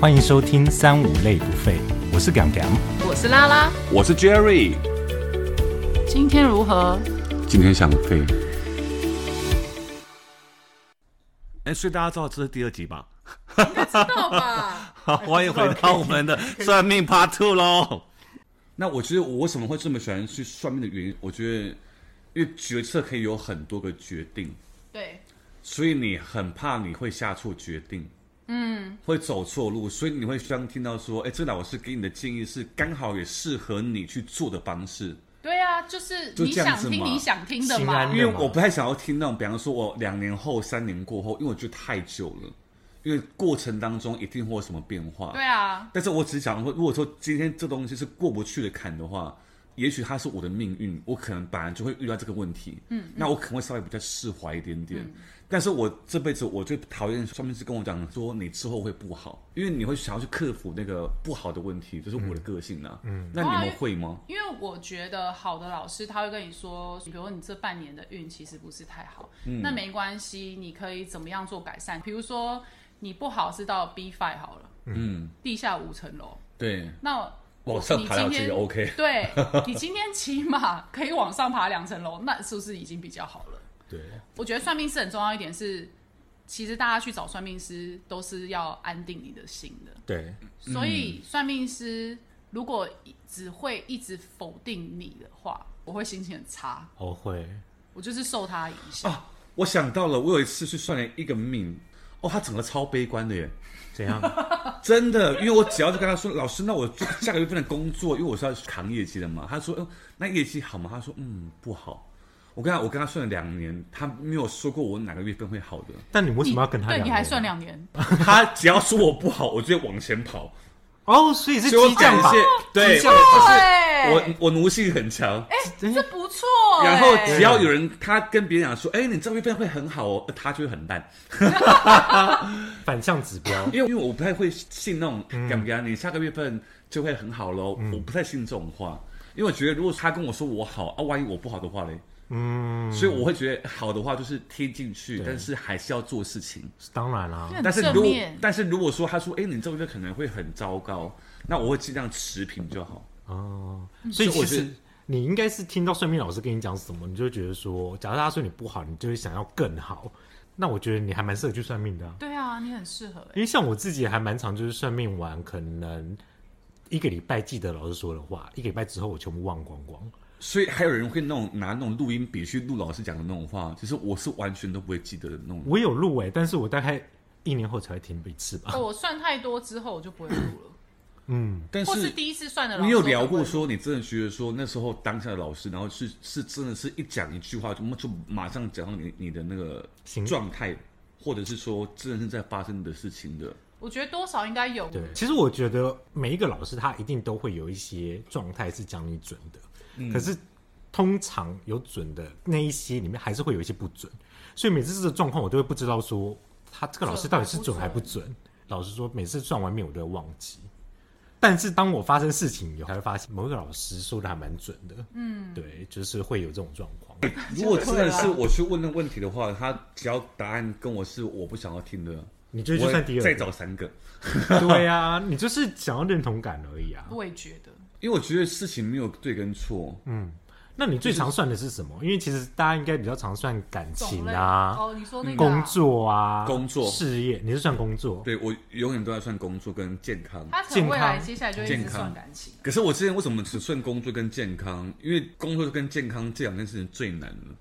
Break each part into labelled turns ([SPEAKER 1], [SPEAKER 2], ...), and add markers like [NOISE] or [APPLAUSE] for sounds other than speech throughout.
[SPEAKER 1] 欢迎收听三五类不废，我是 Gang Gang。
[SPEAKER 2] 我是拉拉，
[SPEAKER 3] 我是 Jerry，
[SPEAKER 2] 今天如何？
[SPEAKER 3] 今天想飞。哎，所以大家知道这是第二集吧？
[SPEAKER 2] 知道吧？
[SPEAKER 3] 好， [LAUGHS] 欢迎回到我们
[SPEAKER 2] [LAUGHS]
[SPEAKER 3] 的算命 Part Two 喽。那我觉得我为什么会这么喜欢去算命的原因，我觉得因为决策可以有很多个决定，
[SPEAKER 2] 对，
[SPEAKER 3] 所以你很怕你会下错决定，嗯，会走错路，所以你会刚听到说，哎，这老师给你的建议是刚好也适合你去做的方式，
[SPEAKER 2] 对啊，就是
[SPEAKER 3] 就
[SPEAKER 2] 你
[SPEAKER 3] 这样
[SPEAKER 2] 想
[SPEAKER 3] 子
[SPEAKER 2] 听
[SPEAKER 3] 嘛
[SPEAKER 2] 你想听的
[SPEAKER 1] 心安
[SPEAKER 2] 嘛
[SPEAKER 1] 理
[SPEAKER 3] 因。为我不太想要听那种，比方说我两年后、三年过后，因为我觉得太久了，因为过程当中一定会有什么变化。
[SPEAKER 2] 对啊，
[SPEAKER 3] 但是我只是想说，如果说今天这东西是过不去的坎的话，也许它是我的命运，我可能本来就会遇到这个问题。嗯，那我可能会稍微比较释怀一点
[SPEAKER 2] 嗯
[SPEAKER 3] 点。但是我这辈子我最讨厌上面是跟我讲说你之后会不好，因为你会想要去克服那个不好的问题，就是我的个性啊。嗯，那你们会吗？
[SPEAKER 2] 因为我觉得好的老师他会跟你说，比如你这半年的运其实不是太好，
[SPEAKER 3] 嗯
[SPEAKER 2] 那没关系，你可以怎么样做改善？比如说你不好是到 B five 好了，
[SPEAKER 3] 嗯，
[SPEAKER 2] 地下五层楼，
[SPEAKER 3] 对，
[SPEAKER 2] 那
[SPEAKER 3] 往上
[SPEAKER 2] 你
[SPEAKER 3] 爬
[SPEAKER 2] 今
[SPEAKER 3] 两级
[SPEAKER 2] 天
[SPEAKER 3] 也 OK。
[SPEAKER 2] 对你今天起码可以往上爬两层楼，那是不是已经比较好了？
[SPEAKER 3] 对，
[SPEAKER 2] 我觉得算命师很重要一点是，其实大家去找算命师都是要安定你的心的。
[SPEAKER 1] 对，
[SPEAKER 2] 所以
[SPEAKER 3] 嗯
[SPEAKER 2] 算命师如果只会一直否定你的话，我会心情很差，
[SPEAKER 1] 我哦会。
[SPEAKER 2] 我就是受他影响。
[SPEAKER 3] 啊，我想到了，我有一次去算了一个命，哦，他整个超悲观的耶，
[SPEAKER 1] 怎样？
[SPEAKER 3] [LAUGHS] 真的，因为我只要就跟他说，老师，那我就下个月不能工作，因为我是要扛业绩的嘛。他说，嗯、那业绩好吗？他说，嗯，不好。我跟他我跟他算了两年，他没有说过我哪个月份会好的。
[SPEAKER 1] 但你为什么要跟他
[SPEAKER 2] 你
[SPEAKER 1] 聊？
[SPEAKER 2] 对，你
[SPEAKER 3] 啊
[SPEAKER 2] 还算两
[SPEAKER 3] [LAUGHS]
[SPEAKER 2] 年，
[SPEAKER 3] 他只要说我不好，我就往前跑。
[SPEAKER 1] 哦，所以是
[SPEAKER 3] 所以
[SPEAKER 1] 激
[SPEAKER 3] 我感
[SPEAKER 1] 将法
[SPEAKER 3] 谢，，对，
[SPEAKER 1] 激
[SPEAKER 3] 我
[SPEAKER 1] 将
[SPEAKER 2] 哎
[SPEAKER 3] 我我奴性很强。
[SPEAKER 1] 真
[SPEAKER 2] 这不错、欸。
[SPEAKER 3] 然后只要有人他跟别人讲说，哎，你这个月份会很好哦，他就会很烂。
[SPEAKER 1] 反向指
[SPEAKER 3] [LAUGHS]
[SPEAKER 1] 标。
[SPEAKER 3] 因为因为我不太会信那种敢不敢，你下个月份就会很好喽。我不太信这种话，因为我觉得如果他跟我说我好啊，万一我不好的话嘞，
[SPEAKER 1] 嗯，
[SPEAKER 3] 所以我会觉得好的话就是贴进去，但是还是要做事情。
[SPEAKER 1] 当然啦、
[SPEAKER 2] 很
[SPEAKER 3] 但是如
[SPEAKER 2] 正
[SPEAKER 3] 果
[SPEAKER 2] 面
[SPEAKER 3] 但是如果说他说，哎，你这个月可能会很糟糕，那我会尽量持平就好。
[SPEAKER 1] 哦，所以
[SPEAKER 3] 所以
[SPEAKER 1] 其
[SPEAKER 3] 我觉
[SPEAKER 1] 实
[SPEAKER 3] 得
[SPEAKER 1] 你应该是听到算命老师跟你讲什么，你就会觉得说，假如他说你不好，你就会想要更好。那我觉得你还蛮适合去算命的啊、
[SPEAKER 2] 对啊，你很适合、欸。
[SPEAKER 1] 因为像我自己还蛮常就是算命完，可能一个礼拜记得老师说的话，一个礼拜之后我全部忘光光。
[SPEAKER 3] 所以还有人会那种拿那种录音笔去录老师讲的那种话，其实我是完全都不会记得的那种。
[SPEAKER 1] 我有入围，但是我大概一年后才会听一次吧。
[SPEAKER 2] 哦我算太多之后，我就不会录
[SPEAKER 3] [COUGHS]
[SPEAKER 2] 了，
[SPEAKER 1] 嗯，
[SPEAKER 3] 但
[SPEAKER 2] 或
[SPEAKER 3] 是
[SPEAKER 2] 是第一次算的老师，
[SPEAKER 3] 你有聊
[SPEAKER 2] 我
[SPEAKER 3] 过
[SPEAKER 2] 就不会录
[SPEAKER 3] 说你真的觉得说那时候当下的老师，然后是是真的是一讲一句话就就马上讲到你你的那个
[SPEAKER 1] 行
[SPEAKER 3] 状态，或者是说真的是在发生的事情
[SPEAKER 2] [LAUGHS]
[SPEAKER 3] 的。
[SPEAKER 2] 我觉得多少应该有。
[SPEAKER 1] 对。其实我觉得每一个老师他一定都会有一些状态是讲你准的，可是通常有准的那一些里面还是会有一些不准，所以每次这个状况我都会不知道说他这个老师到底是准还不准。老实说，每次算完面我都会忘记。但是当我发生事情以后，才会发现某一个老师说的还蛮准的。嗯，对，就是会有这种状况。
[SPEAKER 3] 如果真的是
[SPEAKER 2] 就
[SPEAKER 3] 我去问那个问题的话，他只要答案跟我是我不想要听的，
[SPEAKER 1] 你就去
[SPEAKER 3] 我会
[SPEAKER 1] 算第二
[SPEAKER 3] 再
[SPEAKER 1] 个
[SPEAKER 3] 找三个，
[SPEAKER 1] 对啊，你就是想要认同感而已啊。
[SPEAKER 2] 我也觉得，
[SPEAKER 3] 因为我觉得事情没有对跟错。
[SPEAKER 1] 嗯那你最常算的是什么？因为其实大家应该比较常算感情啊、
[SPEAKER 2] 种类哦，你说那个啊
[SPEAKER 1] 工，作啊、
[SPEAKER 3] 工作
[SPEAKER 1] 事业，你是算工作？
[SPEAKER 3] 对我永远都在算工作跟健康。
[SPEAKER 2] 他可能未
[SPEAKER 1] 健
[SPEAKER 2] 来
[SPEAKER 1] 康
[SPEAKER 2] 接下来就会一
[SPEAKER 3] 健
[SPEAKER 2] 直
[SPEAKER 3] 康
[SPEAKER 2] 算感情。
[SPEAKER 3] 可是我之前为什么只算工作跟健康？因为工作跟健康这两件事情最难了，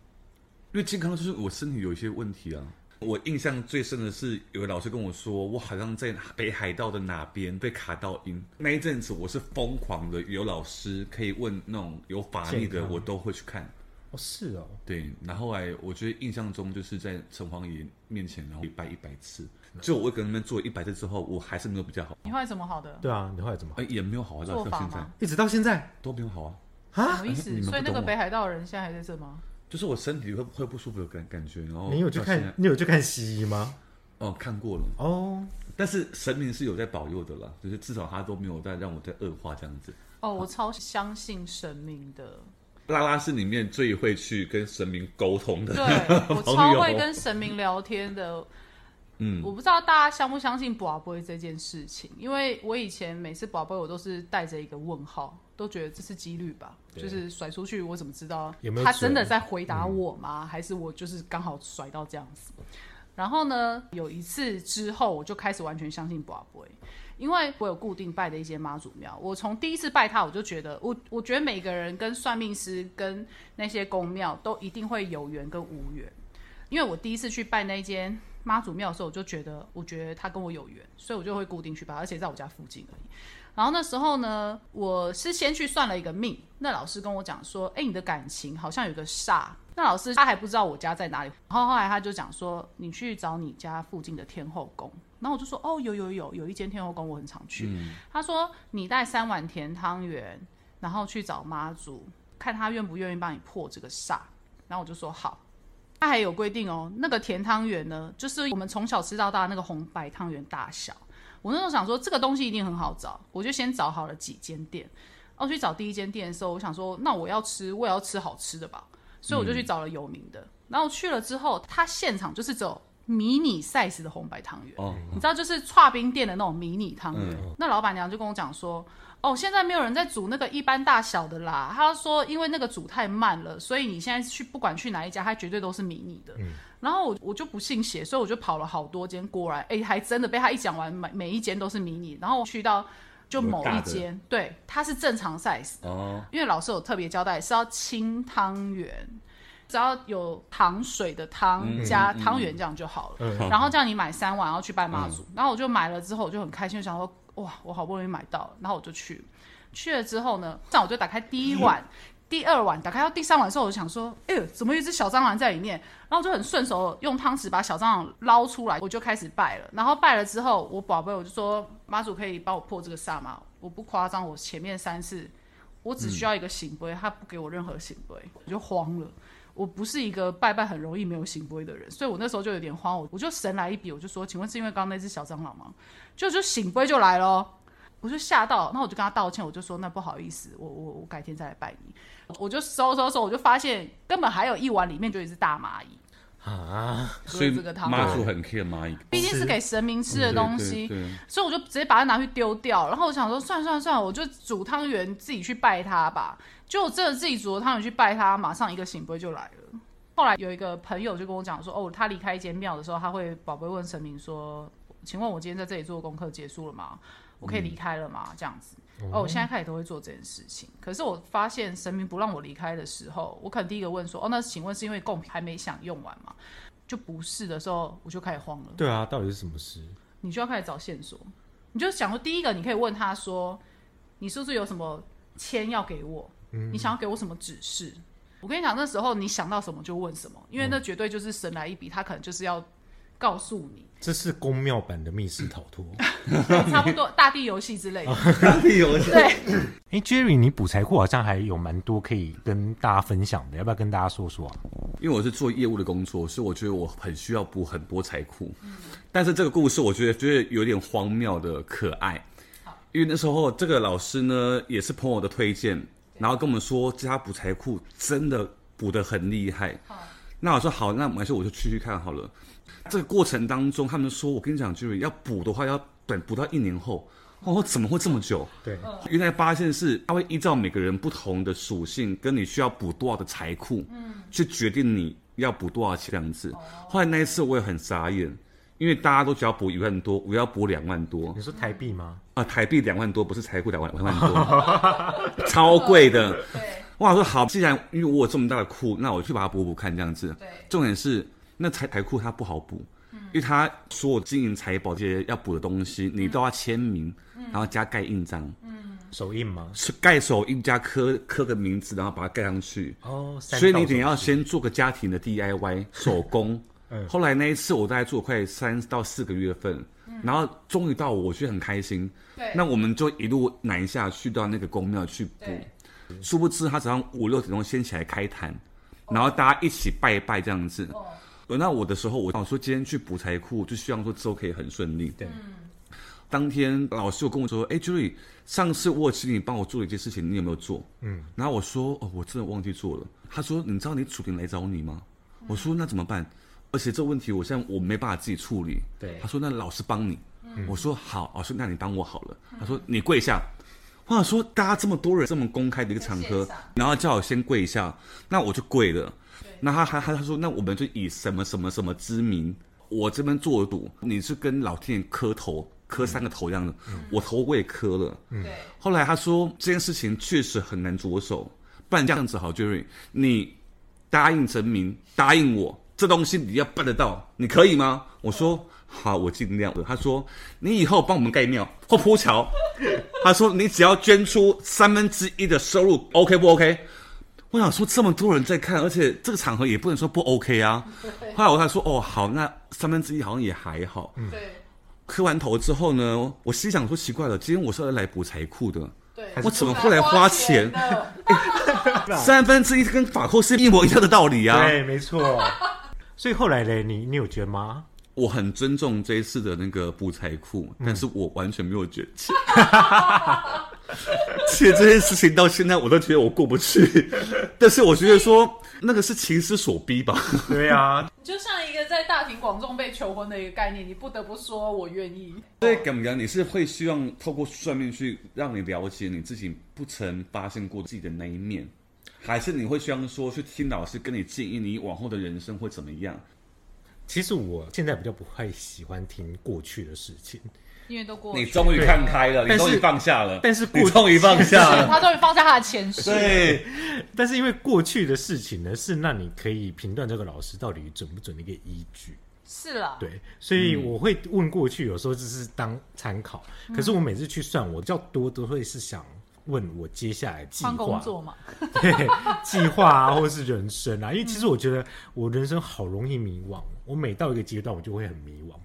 [SPEAKER 3] 因为健康就是我身体有一些问题啊。我印象最深的是，有个老师跟我说，我好像在北海道的哪边被卡到音。那一阵子我是疯狂的，有老师可以问那种有法力
[SPEAKER 1] 健
[SPEAKER 3] 的，
[SPEAKER 1] 康
[SPEAKER 3] 我都会去看。
[SPEAKER 1] 哦，是哦，
[SPEAKER 3] 对，然后来，我觉得印象中就是在城隍爷面前，然后拜一百次，就我跟他们做一百次之后，我还是没有比较好，
[SPEAKER 2] 你后来怎么好的？
[SPEAKER 1] 对啊，你后来怎么？
[SPEAKER 3] 哎，也没有好啊，到
[SPEAKER 2] 做法
[SPEAKER 3] 现在
[SPEAKER 2] 吗
[SPEAKER 1] 一直到现在
[SPEAKER 3] 都没有好啊。
[SPEAKER 2] 什
[SPEAKER 1] 啊？
[SPEAKER 2] 么意
[SPEAKER 3] 你
[SPEAKER 2] 思？
[SPEAKER 3] 们不
[SPEAKER 2] 所以那
[SPEAKER 3] 懂
[SPEAKER 2] 个
[SPEAKER 3] 我
[SPEAKER 2] 北海道的人现在还在这吗？
[SPEAKER 3] 就是我身体会会不舒服的感感觉，然后
[SPEAKER 1] 你有啊去
[SPEAKER 3] 哦到现
[SPEAKER 1] 看
[SPEAKER 3] 在？
[SPEAKER 1] 你有去看西医吗？
[SPEAKER 3] 哦，看过了，
[SPEAKER 1] 哦，
[SPEAKER 3] 但是神明是有在保佑的啦，就是至少他都没有在让我在恶化这样子。
[SPEAKER 2] 哦，我超相信神明
[SPEAKER 3] [LAUGHS]
[SPEAKER 2] 的，
[SPEAKER 3] 拉拉是里面最会去跟神明沟通的，
[SPEAKER 2] 对我
[SPEAKER 3] 好
[SPEAKER 2] 超
[SPEAKER 3] 有
[SPEAKER 2] 会跟神明聊天的。嗯，我不知道大家相不相信卜龟这件事情，因为我以前每次卜龟我都是带着一个问号，都觉得这是几率吧，
[SPEAKER 1] 对
[SPEAKER 2] 就是甩出去，我怎么知道
[SPEAKER 1] 有没有
[SPEAKER 2] 他
[SPEAKER 1] 准嗯
[SPEAKER 2] 真的在回答我吗？还是我就是刚好甩到这样子？然后呢，有一次之后，我就开始完全相信卜龟，因为我有固定拜的一些妈祖庙。我从第一次拜它，我就觉得，我我觉得每个人跟算命师、跟那些公庙都一定会有缘跟无缘。因为我第一次去拜那间妈祖庙的时候，我就觉得，我觉得他跟我有缘，所以我就会固定去拜，而且在我家附近而已。然后那时候呢，我是先去算了一个命，那老师跟我讲说，哎，你的感情好像有个煞。那老师他还不知道我家在哪里，然后后来他就讲说，你去找你家附近的天后宫。然后我就说，哦，有有有，有一间天后宫我很常去。他说，你带三碗甜汤圆，然后去找妈祖，看他愿不愿意帮你破这个煞。然后我就说好。它还有规定哦，那个甜汤圆呢，就是我们从小吃到大那个红白汤圆大小。我那时候想说，这个东西一定很好找，我就先找好了几间店。我去找第一间店的时候，我想说，那我要吃，我也要吃好吃的吧，所以我就去找了有名的。然后去了之后，它现场就是只有迷你 size 的红白汤圆，
[SPEAKER 3] 哦，
[SPEAKER 2] 你知道，就是串冰店的那种迷你汤圆。那老板娘就跟我讲说，哦，现在没有人在煮那个一般大小的啦。她说，因为那个煮太慢了，所以你现在去不管去哪一家，它绝对都是迷你的。然后我我就不信邪，所以我就跑了好多间，果然，哎，还真的被他一讲完，每每一间都是迷你。然后我去到就某一间，对，它是正常 size 的，
[SPEAKER 3] 哦，
[SPEAKER 2] 因为老师有特别交代是要清汤圆。只要有糖水的汤加汤圆，这样就好了。
[SPEAKER 1] 嗯
[SPEAKER 2] 然后这样你买三碗，然后去拜妈祖。然后我就买了之后，我就很开心，就想说哇，我好不容易买到了，然后我就去了去了之后呢，这样我就打开第一碗、第二碗，打开到第三碗的时候，我就想说，哎呦，怎么有一只小蟑螂在里面？然后我就很顺手用汤匙把小蟑螂捞出来，我就开始拜了。然后拜了之后，我宝贝我就说，妈祖可以帮我破这个煞吗？我不夸张，我前面三次我只
[SPEAKER 3] 嗯
[SPEAKER 2] 需要一个醒杯，他不给我任何醒杯，我就慌了。我不是一个拜拜很容易没有醒杯的人，所以我那时候就有点慌，我我就神来一笔，我就说，请问是因为刚刚那只小蟑螂吗？就就醒杯就来了哦，我就吓到，那我就跟他道歉，我就说那不好意思，我我我改天再来拜你。我就收收收，我就发现根本还有一碗里面就有一只大蚂蚁，
[SPEAKER 1] 啊，
[SPEAKER 3] 所以
[SPEAKER 2] 这个汤
[SPEAKER 3] 妈祖很 care 蚂蚁
[SPEAKER 2] 毕竟是给神明吃的东西，
[SPEAKER 3] 嗯对对 [LAUGHS] 对
[SPEAKER 2] 所以我就直接把它拿去丢掉。然后我想说，算了算了算了，我就煮汤圆自己去拜它吧。就我真的自己煮了汤圆去拜它，马上一个醒杯就来了。后来有一个朋友就跟我讲说，哦，他离开一间庙的时候，他会宝贝问神明说，请问我今天在这里做功课结束了吗？我可以离开了吗？这样子。哦，我现在开始都会做这件事情。可是我发现神明不让我离开的时候，我可能第一个问说，哦，那请问是因为贡品还没享用完吗？就不是的时候，我就开始慌了。
[SPEAKER 1] 对啊，到底是什么事？
[SPEAKER 2] 你就要开始找线索。你就想说，第一个你可以问他说，你是不是有什么签要给我？
[SPEAKER 3] 嗯
[SPEAKER 2] 你想要给我什么指示？我跟你讲，那时候你想到什么就问什么，因为那绝对就是神来一笔，他可能就是要告诉
[SPEAKER 3] [LAUGHS]
[SPEAKER 2] 你，
[SPEAKER 1] 这是宫庙版的密室逃脱。
[SPEAKER 2] 对差不多大地游戏之类
[SPEAKER 3] [LAUGHS]
[SPEAKER 2] 的。
[SPEAKER 3] 对，有
[SPEAKER 2] 对，
[SPEAKER 1] 哎、j e r r y 你补财库好像还有蛮多可以跟大家分享的，要不要跟大家说说啊？
[SPEAKER 3] 因为我是做业务的工作，所以我觉得我很需要补很多财库。但是这个故事我觉得觉得有点荒谬的可爱，因为那时候这个老师呢也是朋友的推荐，然后跟我们说这家补财库真的补得很厉害。那我说好，那没事，我就去去看好了。这个过程当中，他们说我跟你讲 j e 要补的话要等补到一年后。我说怎么会这么久？
[SPEAKER 1] 对，
[SPEAKER 3] 原来发现是它会依照每个人不同的属性，跟你需要补多少的财库，去决定你要补多少钱这样子。后来那一次我也很傻眼，因为大家都只要补一万多，我要补两万多
[SPEAKER 1] 你说台币吗？
[SPEAKER 3] 啊，台币两万多，不是财库两万两万多，超贵的。
[SPEAKER 2] 对
[SPEAKER 3] 我想说好，既然因为我有这么大的库，那我去把它补补看这样子。
[SPEAKER 2] 对
[SPEAKER 3] 重点是那财财库它不好补，因为它所有金银财宝这些要补的东西，你都要签名，然后加盖印章。
[SPEAKER 1] 手印
[SPEAKER 3] [LAUGHS]
[SPEAKER 1] 吗？
[SPEAKER 3] 是盖手印加刻刻个名字，然后把它盖上去。
[SPEAKER 1] 哦，三
[SPEAKER 3] 所以你
[SPEAKER 1] 道手嗯
[SPEAKER 3] 得要
[SPEAKER 1] 势
[SPEAKER 3] 先做个家庭
[SPEAKER 1] [LAUGHS]
[SPEAKER 3] 的 DIY 手工。后来那一次我大概做了快三到四个月份，
[SPEAKER 1] 嗯
[SPEAKER 3] 然后终于到我，我觉得很开心。
[SPEAKER 2] 对
[SPEAKER 3] 那我们就一路南下去到那个宫庙去补。
[SPEAKER 2] 对
[SPEAKER 3] 殊不知他早上五六点钟先起来开坛，然后大家一起拜一拜这样子。
[SPEAKER 2] 哦
[SPEAKER 3] 轮到我的时候，我想说今天去补财库，就希望说之后可以很顺利。
[SPEAKER 1] 对，
[SPEAKER 2] 嗯
[SPEAKER 3] 当天老师有跟我说：“哎、j u l i e 上次我有请你帮我做了一件事情，你有没有做？”嗯，然
[SPEAKER 2] 嗯
[SPEAKER 3] 后我说：“哦，我真的忘记做了。”他说：“你知道你主灵来找你吗？”我说：“那怎么办？”而且这个问题我现在我没办法自己处理。
[SPEAKER 4] 对
[SPEAKER 3] 他说那老师帮你，
[SPEAKER 2] 嗯
[SPEAKER 3] 我说好，老师那你帮我好了。他说你跪下。我想说，大家这么多人，这么公开的一个场合
[SPEAKER 2] 在线上，
[SPEAKER 3] 然后叫我先跪一下，那我就跪了
[SPEAKER 2] 对。
[SPEAKER 3] 那他还他他说，那我们就以什么什么什么之名，我这边做赌，你是跟老天爷磕头，磕
[SPEAKER 2] 嗯
[SPEAKER 3] 三个头一样的，我头我也磕了。
[SPEAKER 2] 对，
[SPEAKER 3] 后来他说这件事情确实很难着手，不然这样子好，Jerry，你答应陈明，答应我，这东西你要办得到，你可以吗？我说好，我尽量的。他说你以后帮我们盖庙或铺桥，他说你只要捐出三分之一的收入，OK 不 OK？我想说，这么多人在看，而且这个场合也不能说不 OK 啊。后来我才说，哦，好，那三分之一好像也还好。
[SPEAKER 2] 对
[SPEAKER 3] 磕完头之后呢，我心想说，奇怪了，今天我是要来补财库的，
[SPEAKER 2] 对
[SPEAKER 1] 还是
[SPEAKER 3] 我怎么
[SPEAKER 2] 出
[SPEAKER 3] 会来花钱？
[SPEAKER 2] 的？
[SPEAKER 3] 三分之一跟法扣是一模一样的道理啊！
[SPEAKER 1] 啊对，没错。所以后来嘞，你你有觉得吗？
[SPEAKER 3] 我很尊重这一次的那个补财库，
[SPEAKER 1] 嗯
[SPEAKER 3] 但是我完全没有觉得。 [LAUGHS] 其实这件事情到现在我都觉得我过
[SPEAKER 1] [LAUGHS]
[SPEAKER 3] 不去，但是我觉得说那个是情势所逼吧。
[SPEAKER 1] 对啊，
[SPEAKER 2] 就像一个在大庭广众被求婚的一个概念，你不得不说我愿意。
[SPEAKER 3] 所以怎么讲，你是会希望透过算命去让你了解你自己不曾发现过自己的那一面，还是你会希望说去听老师跟你建议你往后的人生会怎么样？
[SPEAKER 1] 其实我现在比较不太喜欢听过去的事情，
[SPEAKER 2] 因为都过
[SPEAKER 3] 你
[SPEAKER 2] 去
[SPEAKER 3] 终于
[SPEAKER 1] 对
[SPEAKER 3] 看开了，你
[SPEAKER 1] 但是
[SPEAKER 3] 终于放下了，
[SPEAKER 1] 但是
[SPEAKER 3] 你
[SPEAKER 1] 过
[SPEAKER 3] 终于放下
[SPEAKER 2] 了，[LAUGHS]
[SPEAKER 3] 了。
[SPEAKER 2] 他终于放下他的
[SPEAKER 1] [LAUGHS]
[SPEAKER 2] 前世。
[SPEAKER 3] 对，
[SPEAKER 1] 但是因为过去的事情呢，是让你可以评断这个老师到底准不准的一个依据。
[SPEAKER 2] 是啦，
[SPEAKER 1] 对，所以我会问过去，有时候只是当参考。
[SPEAKER 2] 嗯
[SPEAKER 1] 可是我每次去算，我比较多都会是想问我接下来计
[SPEAKER 2] 换工
[SPEAKER 1] 划，
[SPEAKER 2] 作嘛，
[SPEAKER 1] 对，计划啊，或是人生啊。因为其实我觉得我人生好容易迷惘，我每到一个阶段，我就会很迷惘，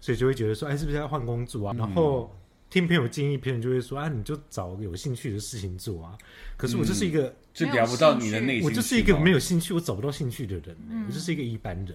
[SPEAKER 1] 所以就会觉得说，哎，是不是要换工作啊？然后听朋友建议，朋友就会说，啊，你就找有兴趣的事情做啊。可是我就是一个。
[SPEAKER 3] 就聊不到你的内心。
[SPEAKER 1] 我就是一个嗯没有兴趣，我找不到兴趣的哦嗯人、我就是一个一般人。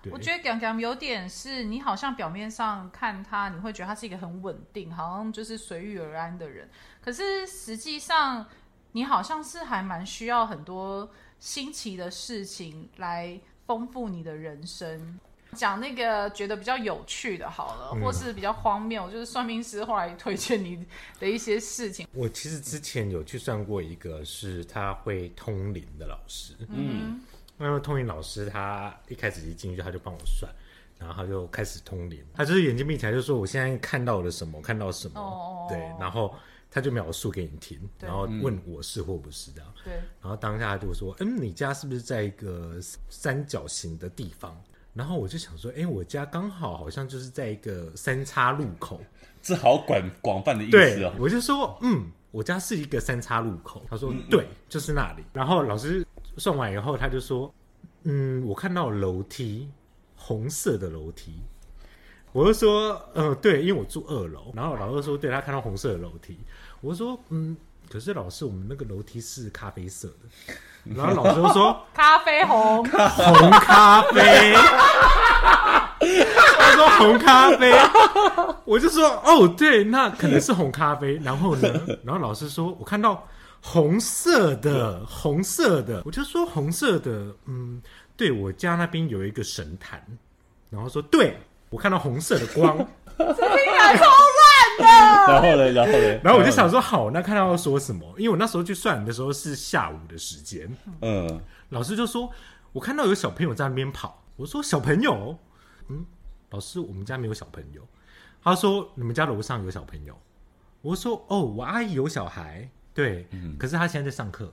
[SPEAKER 1] 对
[SPEAKER 2] 我觉得 Gang Gang 有点是你好像表面上看他，你会觉得他是一个很稳定，好像就是随遇而安的人，可是实际上你好像是还蛮需要很多新奇的事情来丰富你的人生。讲那个觉得比较有趣的，好了，
[SPEAKER 1] 嗯
[SPEAKER 2] 或是比较荒谬，就是算命师后来推荐你的一些事情。
[SPEAKER 1] 我其实之前有去算过一个，是他会通灵的老师。
[SPEAKER 2] 嗯，
[SPEAKER 1] 那位通灵老师他一开始一进去他就帮我算，然后他就开始通灵，他就是眼睛闭起来就说我现在看到了什么，看到什么，
[SPEAKER 2] 哦
[SPEAKER 1] 对，然后他就描述给你听，
[SPEAKER 2] 对
[SPEAKER 1] 然后问我是或不是这样。
[SPEAKER 2] 对，
[SPEAKER 1] 然后当下他就说：“嗯，你家是不是在一个三角形的地方？”然后我就想说：“哎，我家刚好好像就是在一个三叉路口。
[SPEAKER 3] 这好广广泛的意思
[SPEAKER 1] 对
[SPEAKER 3] 哦，。
[SPEAKER 1] 我就说：“嗯，我家是一个三叉路口。”他
[SPEAKER 3] 嗯
[SPEAKER 1] 说：“对，就是那里。”然后老师算完以后，他就说：“嗯，我看到楼梯，红色的楼梯。”我就说：“呃，对，因为我住二楼。”然后老师说：“对，他看到红色的楼梯。”我就说：“嗯，可是老师，我们那个楼梯是咖啡色的。”然后老师就说。
[SPEAKER 2] 咖啡红，
[SPEAKER 1] 红咖啡。他说红咖啡，我就说哦，对，那可能是红咖啡。然后呢，然后老师说，我看到红色的，红色的，我就说红色的，嗯，对我家那边有一个神坛，然后说对。我看到红色的光，
[SPEAKER 3] [LAUGHS] 然后呢，然后呢，
[SPEAKER 1] [LAUGHS] 然后我就想说，好，那看到要说什么？因为我那时候去算的时候是下午的时间，
[SPEAKER 3] 然后呢，嗯，
[SPEAKER 1] 老师就说：“我看到有小朋友在那边跑。”我说：“小朋友？嗯，老师，我们家没有小朋友。”他说：“你们家楼上有小朋友？”我说：“哦，我阿姨有小孩，对，可是他现在在上课。嗯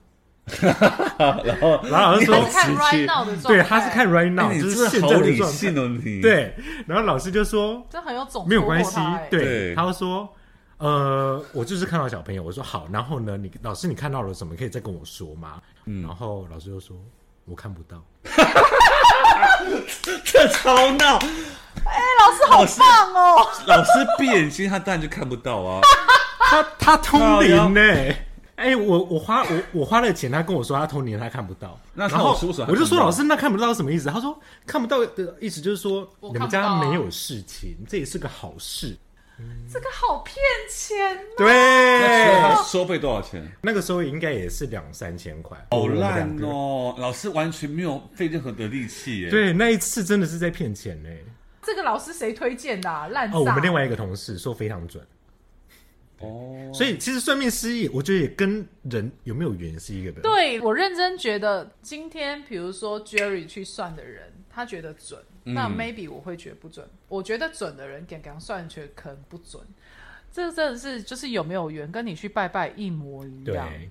[SPEAKER 1] [LAUGHS] 然后，然后老师
[SPEAKER 2] 他是
[SPEAKER 1] 说
[SPEAKER 2] 看 right now 的状态，：“
[SPEAKER 1] 对，他是看 right
[SPEAKER 3] 那
[SPEAKER 1] now，、
[SPEAKER 3] 哎你
[SPEAKER 1] 就
[SPEAKER 3] 真
[SPEAKER 1] 是
[SPEAKER 3] 的
[SPEAKER 1] 现
[SPEAKER 3] 好
[SPEAKER 1] 在的
[SPEAKER 3] 理
[SPEAKER 1] 状态。
[SPEAKER 3] 性哦，
[SPEAKER 1] [LAUGHS]
[SPEAKER 3] 你”，
[SPEAKER 1] 对，然后老师就说
[SPEAKER 2] 这很有种
[SPEAKER 1] 没有
[SPEAKER 2] 族
[SPEAKER 1] 关
[SPEAKER 2] 过
[SPEAKER 1] 系
[SPEAKER 2] 他欸，
[SPEAKER 1] 对，
[SPEAKER 3] 对
[SPEAKER 1] 他就说，呃，我就是看到小朋友，我说好，然后呢，你老师你看到了什么，可以再跟我说吗？
[SPEAKER 3] 嗯
[SPEAKER 1] 然后老师就说我看不到，
[SPEAKER 3] [LAUGHS] 这超闹。
[SPEAKER 2] 老师好棒哦！
[SPEAKER 3] 老师闭眼睛，他当然就看不到啊。
[SPEAKER 1] 他他通
[SPEAKER 3] 灵
[SPEAKER 1] 灵呢、哎、我我花我我花了钱，他跟我说他通灵，他看不到。
[SPEAKER 3] 那他
[SPEAKER 1] 然后
[SPEAKER 3] 老师为什么还
[SPEAKER 1] 我就说
[SPEAKER 3] 看不到
[SPEAKER 1] 老师，那看不到什么意思？他说看不到的意思就是说
[SPEAKER 2] 我
[SPEAKER 1] 你们
[SPEAKER 2] 看不到
[SPEAKER 1] 家
[SPEAKER 2] 啊
[SPEAKER 1] 没有事情，这也是个好事。
[SPEAKER 2] 这个好骗钱呐、
[SPEAKER 3] 那
[SPEAKER 1] [LAUGHS] 对，
[SPEAKER 3] 收收费多少
[SPEAKER 1] [LAUGHS]
[SPEAKER 3] 钱？
[SPEAKER 1] 那个时候应该也是两三千块，
[SPEAKER 3] 好
[SPEAKER 1] 我们两
[SPEAKER 3] 烂
[SPEAKER 1] 个人。
[SPEAKER 3] 哦！老师完全没有费任何的力气耶。，
[SPEAKER 1] 对，那一次真的是在骗钱呢。
[SPEAKER 2] 这个老师谁推荐的、啊？烂
[SPEAKER 1] 哦，我
[SPEAKER 2] 炸！
[SPEAKER 1] 们另外一个同事说非常准，
[SPEAKER 3] 哦，
[SPEAKER 1] 所以其实算命师也，我觉得也跟人有没有缘是一个的。
[SPEAKER 2] 对我认真觉得，今天比如说 Jerry 去算的人，他觉得准，
[SPEAKER 1] 嗯
[SPEAKER 2] 那 maybe 我会觉得不准。我觉得准的人，点刚算觉得可能不准。这真的是就是有没有缘，跟你去拜拜一模一样。
[SPEAKER 1] 对，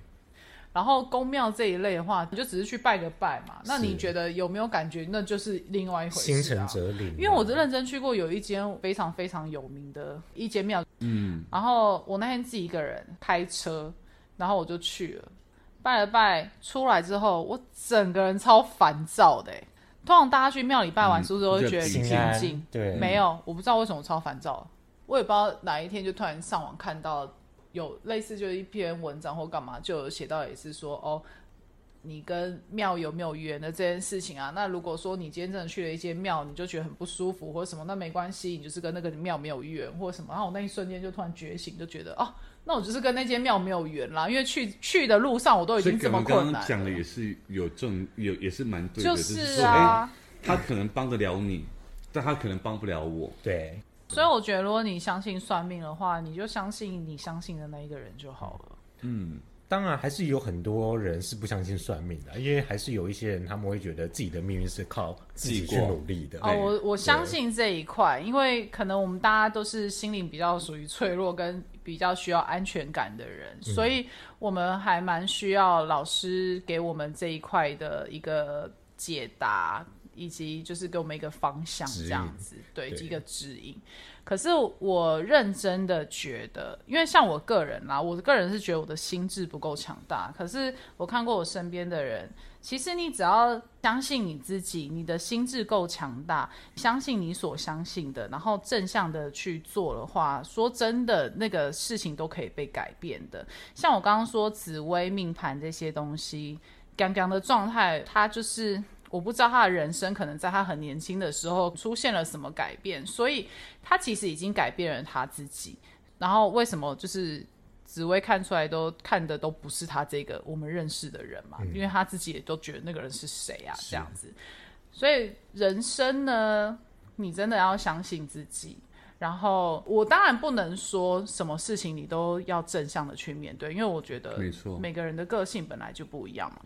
[SPEAKER 2] 然后宫庙这一类的话，你就只是去拜个拜嘛。那你
[SPEAKER 1] 是
[SPEAKER 2] 觉得有没有感觉？那就是另外一回事、啊。
[SPEAKER 1] 心诚则灵啊。
[SPEAKER 2] 因为我认真去过有一间非常非常有名的一间庙，
[SPEAKER 3] 嗯，
[SPEAKER 2] 然后我那天自己一个人开车，然后我就去了，拜了拜，出来之后我整个人超烦躁的欸。通常大家去庙里拜完，
[SPEAKER 3] 嗯
[SPEAKER 2] 是不是都会觉得
[SPEAKER 3] 比较
[SPEAKER 2] 平
[SPEAKER 3] 平
[SPEAKER 2] 静
[SPEAKER 1] 安？对
[SPEAKER 2] 没有，我不知道为什么我超烦躁的，我也不知道哪一天就突然上网看到有类似就是一篇文章或干嘛，就有写到也是说哦，你跟庙有没有缘的这件事情啊。那如果说你今天真的去了一间庙，你就觉得很不舒服或者什么，那没关系，你就是跟那个庙没有缘或者什么。然后我那一瞬间就突然觉醒，就觉得哦，那我就是跟那间庙没有缘啦，因为去去的路上我哦都已
[SPEAKER 3] 所以
[SPEAKER 2] 经这么
[SPEAKER 3] 刚
[SPEAKER 2] 困
[SPEAKER 3] 刚
[SPEAKER 2] 难
[SPEAKER 3] 讲的
[SPEAKER 2] 了
[SPEAKER 3] 也是有正有也是蛮对的，
[SPEAKER 2] 就
[SPEAKER 3] 就是
[SPEAKER 2] 是
[SPEAKER 3] 说
[SPEAKER 2] 啊。
[SPEAKER 3] 哎他可能帮得了你，但他可能帮不了我。
[SPEAKER 1] 对，
[SPEAKER 2] 所以我觉得，如果你相信算命的话，你就相信你相信的那一个人就好了。
[SPEAKER 3] 嗯，
[SPEAKER 1] 当然还是有很多人是不相信算命的，啊因为还是有一些人他们会觉得自己的命运是靠自己去努力的。
[SPEAKER 2] 哦，
[SPEAKER 3] 对
[SPEAKER 2] 我我相信这一块，因为可能我们大家都是心灵比较属于脆弱跟比较需要安全感的人，所以我们还蛮需要老师给我们这一块的一个解答，以及就是给我们一个方向
[SPEAKER 1] 指
[SPEAKER 2] 这
[SPEAKER 1] 引
[SPEAKER 2] 样子，对，
[SPEAKER 1] 对
[SPEAKER 2] 一个指引。可是我认真的觉得，因为像我个人啦，我个人是觉得我的心智不够强大。可是我看过我身边的人，其实你只要相信你自己，你的心智够强大，相信你所相信的，然后正向的去做的话，说真的，那个事情都可以被改变的。像我刚刚说紫薇命盘这些东西，刚刚的状态，他就是。我不知道他的人生可能在他很年轻的时候出现了什么改变，所以他其实已经改变了他自己。然后为什么就是紫薇看出来都看的都不是他这个我们认识的人嘛？因为他自己也都觉得那个人是谁啊，这样子。所以人生呢，你真的要相信自己。然后我当然不能说什么事情你都要正向的去面对，因为我觉得
[SPEAKER 3] 没错
[SPEAKER 2] 每个人的个性本来就不一样嘛。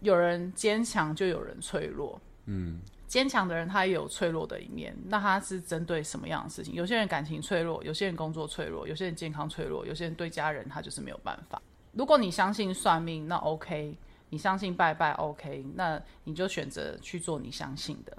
[SPEAKER 2] 有人坚强，就有人脆弱。嗯，坚强的人他也有脆弱的一面，那他是针对什么样的事情？有些人感情脆弱，有些人工作脆弱，有些人健康脆弱，有些人对家人他就是没有办法。如果你相信算命，那 OK；你相信拜拜，OK，那你就选择去做你相信的。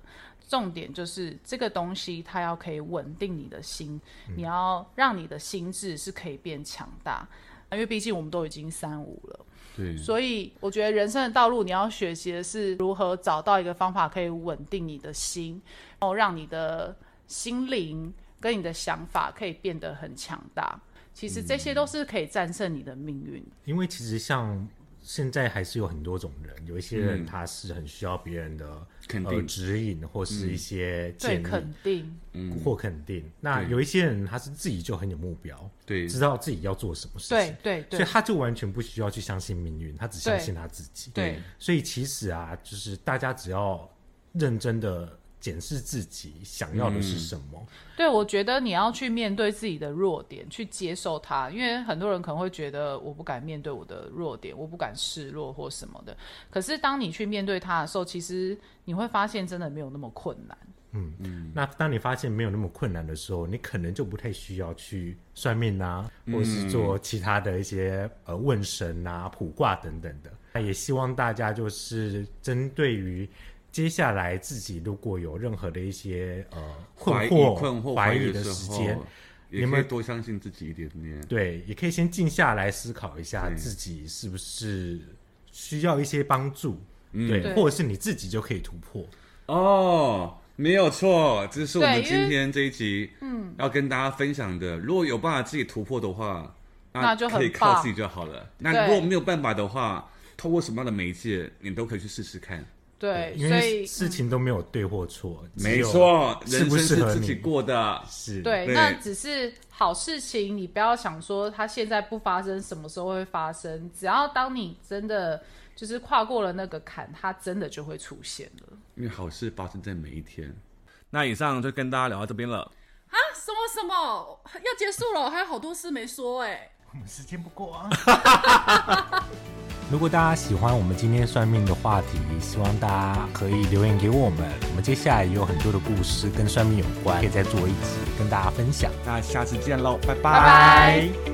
[SPEAKER 2] 重点就是这个东西，它要可以稳定你的心，
[SPEAKER 1] 嗯
[SPEAKER 2] 你要让你的心智是可以变强大，因为毕竟我们都已经三五了。
[SPEAKER 3] 对，
[SPEAKER 1] 嗯
[SPEAKER 2] 所以我觉得人生的道路，你要学习的是如何找到一个方法可以稳定你的心，然后让你的心灵跟你的想法可以变得很强大。其实这
[SPEAKER 1] 嗯
[SPEAKER 2] 些都是可以战胜你的命运。
[SPEAKER 1] 因为其实像现在还是有很多种人，有一些
[SPEAKER 3] 嗯
[SPEAKER 1] 人他是很需要别人的
[SPEAKER 3] 肯
[SPEAKER 1] 呃
[SPEAKER 3] 定
[SPEAKER 1] 指引或是一些
[SPEAKER 2] 嗯对，
[SPEAKER 1] 建
[SPEAKER 2] 肯嗯
[SPEAKER 1] 议
[SPEAKER 2] 定。
[SPEAKER 1] 或肯定。那有一些人他是自己就很有目标，
[SPEAKER 3] 对
[SPEAKER 1] 知道自己要做什么事
[SPEAKER 2] 对
[SPEAKER 1] 情，
[SPEAKER 2] 对
[SPEAKER 1] 所以
[SPEAKER 2] 对
[SPEAKER 1] 他就完全不需要去相信命运，他只相信他自己。
[SPEAKER 2] 对，
[SPEAKER 1] 所以其实啊，就是大家只要认真的检视自己想要的是什么，
[SPEAKER 2] 对，我觉得你要去面对自己的弱点，去接受它，因为很多人可能会觉得我不敢面对我的弱点，我不敢示弱或什么的。可是当你去面对它的时候，其实你会发现真的没有那么困难。
[SPEAKER 1] 那当你发现没有那么困难的时候，你可能就不太需要去算命啊，或是做其他的一些呃问神啊、卜卦等等的。那也希望大家就是针对于接下来自己如果有任何的一些呃困
[SPEAKER 3] 怀疑
[SPEAKER 1] 惑、
[SPEAKER 3] 困惑、
[SPEAKER 1] 怀
[SPEAKER 3] 怀
[SPEAKER 1] 疑
[SPEAKER 3] 疑
[SPEAKER 1] 的时
[SPEAKER 3] 时
[SPEAKER 1] 间
[SPEAKER 3] 候，，
[SPEAKER 1] 你
[SPEAKER 3] 也可以
[SPEAKER 1] 们
[SPEAKER 3] 多相信自己一点点。
[SPEAKER 1] 对，也可以先静下来思考一下
[SPEAKER 3] 对
[SPEAKER 1] 自己是不是需要一些帮助，
[SPEAKER 3] 嗯
[SPEAKER 1] 对，
[SPEAKER 2] 对
[SPEAKER 1] 或者是你自己就可以突破。
[SPEAKER 3] 哦，没有错，这是我们
[SPEAKER 2] 对因为
[SPEAKER 3] 今天这一集，嗯，要跟大家分享的。如果有办法自己突破的话，
[SPEAKER 2] 那就很
[SPEAKER 3] 可以
[SPEAKER 2] 棒
[SPEAKER 3] 靠自己就好了。那
[SPEAKER 2] 对
[SPEAKER 3] 如果没有办法的话，通过什么样的媒介，你都可以去试试看。
[SPEAKER 2] 对，
[SPEAKER 1] 因
[SPEAKER 2] 所以
[SPEAKER 1] 为事情都没有对或错，只
[SPEAKER 3] 没
[SPEAKER 1] 有
[SPEAKER 3] 错，
[SPEAKER 1] 适
[SPEAKER 3] 人
[SPEAKER 1] 不
[SPEAKER 3] 生
[SPEAKER 1] 适
[SPEAKER 3] 是
[SPEAKER 1] 合
[SPEAKER 3] 自己
[SPEAKER 1] 你
[SPEAKER 3] 过的，
[SPEAKER 1] 是
[SPEAKER 2] 对，
[SPEAKER 3] 对
[SPEAKER 2] 那只是好事情，你不要想说它现在不发生，什么时候会发生。只要当你真的就是跨过了那个坎，它真的就会出现了。
[SPEAKER 3] 因为好事发生在每一天。那以上就跟大家聊到这边了。
[SPEAKER 4] 啊，什么什么要结束了，我还有好多事没说哎、
[SPEAKER 1] 我们时间不够啊。 [LAUGHS] 如果大家喜欢我们今天算命的话题，希望大家可以留言给我们。我们接下来也有很多的故事跟算命有关，可以再做一集跟大家分享。
[SPEAKER 3] 那下次见喽，拜
[SPEAKER 2] 拜
[SPEAKER 1] 拜